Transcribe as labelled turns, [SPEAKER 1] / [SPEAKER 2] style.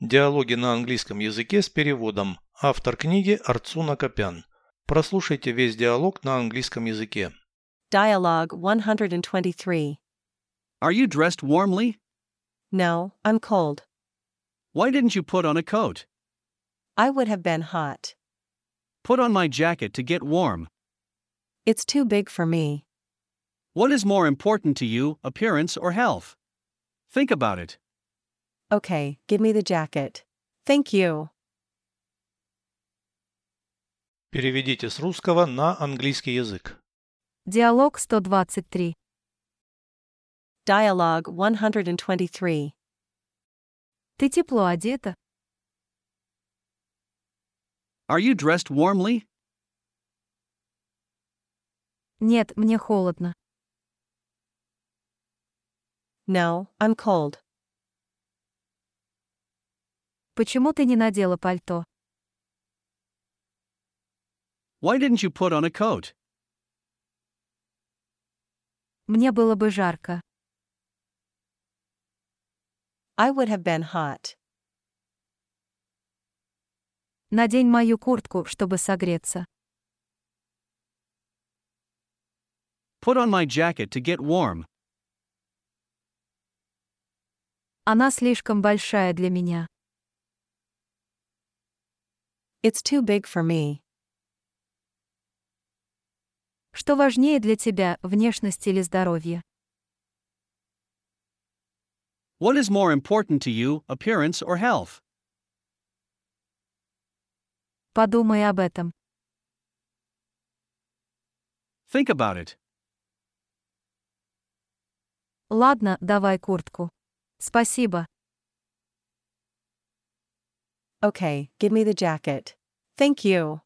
[SPEAKER 1] Диалоги на английском языке с переводом. Автор книги Арцуна Копян. Прослушайте весь диалог на английском языке.
[SPEAKER 2] Dialogue 123.
[SPEAKER 3] Are you dressed warmly?
[SPEAKER 2] No, I'm cold.
[SPEAKER 3] Why didn't you put on a coat?
[SPEAKER 2] I would have been hot.
[SPEAKER 3] Put on my jacket to get warm.
[SPEAKER 2] It's too big for me.
[SPEAKER 3] What is more important to you, appearance or health? Think about it.
[SPEAKER 2] Okay, give me the jacket. Thank you.
[SPEAKER 1] Переведите с русского на английский язык.
[SPEAKER 4] Диалог 123.
[SPEAKER 2] Dialogue 123.
[SPEAKER 4] Ты тепло одета?
[SPEAKER 3] Are you dressed warmly?
[SPEAKER 4] Нет, мне холодно.
[SPEAKER 2] No, I'm cold.
[SPEAKER 4] Почему ты не надела пальто?
[SPEAKER 3] Why didn't you put on a coat?
[SPEAKER 4] Мне было бы жарко.
[SPEAKER 2] I would have been hot.
[SPEAKER 4] Надень мою куртку, чтобы согреться.
[SPEAKER 3] Put on my jacket to get warm.
[SPEAKER 4] Она слишком большая для меня.
[SPEAKER 2] It's too big for me.
[SPEAKER 4] Что важнее для тебя, внешность или здоровье?
[SPEAKER 3] What is more important to you, appearance or health?
[SPEAKER 4] Подумай об этом.
[SPEAKER 3] Think about it.
[SPEAKER 4] Ладно, давай куртку. Спасибо.
[SPEAKER 2] Okay, give me the jacket. Thank you.